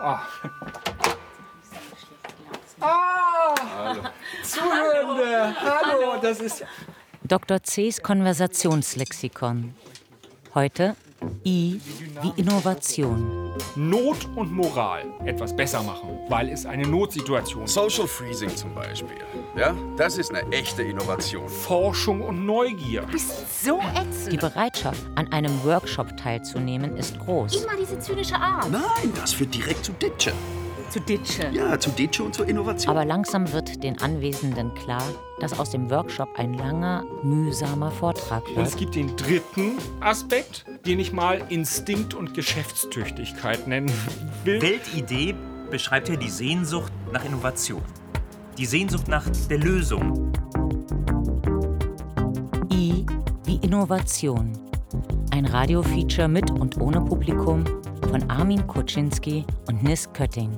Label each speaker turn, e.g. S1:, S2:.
S1: Ah. Ah! Zuhörende! Hallo, das ist.
S2: Dr. C.'s Konversationslexikon. Heute I wie Innovation.
S1: Not und Moral etwas besser machen, weil es eine Notsituation ist.
S3: Social Freezing zum Beispiel. Ja, das ist eine echte Innovation.
S1: Forschung und Neugier.
S4: bist so ätzend.
S2: Die Bereitschaft, an einem Workshop teilzunehmen, ist groß.
S4: Immer diese zynische Art.
S5: Nein, das führt direkt zu Ditsche.
S4: Zu ditschen.
S5: Ja, zu Ditsche und zur Innovation.
S2: Aber langsam wird den Anwesenden klar, dass aus dem Workshop ein langer, mühsamer Vortrag
S1: Und es
S2: wird.
S1: gibt den dritten Aspekt, den ich mal Instinkt und Geschäftstüchtigkeit nennen will.
S6: Weltidee beschreibt ja die Sehnsucht nach Innovation. Die Sehnsucht nach der Lösung.
S2: I wie Innovation. Ein Radiofeature mit und ohne Publikum von Armin Kuczynski und Nis Kötting.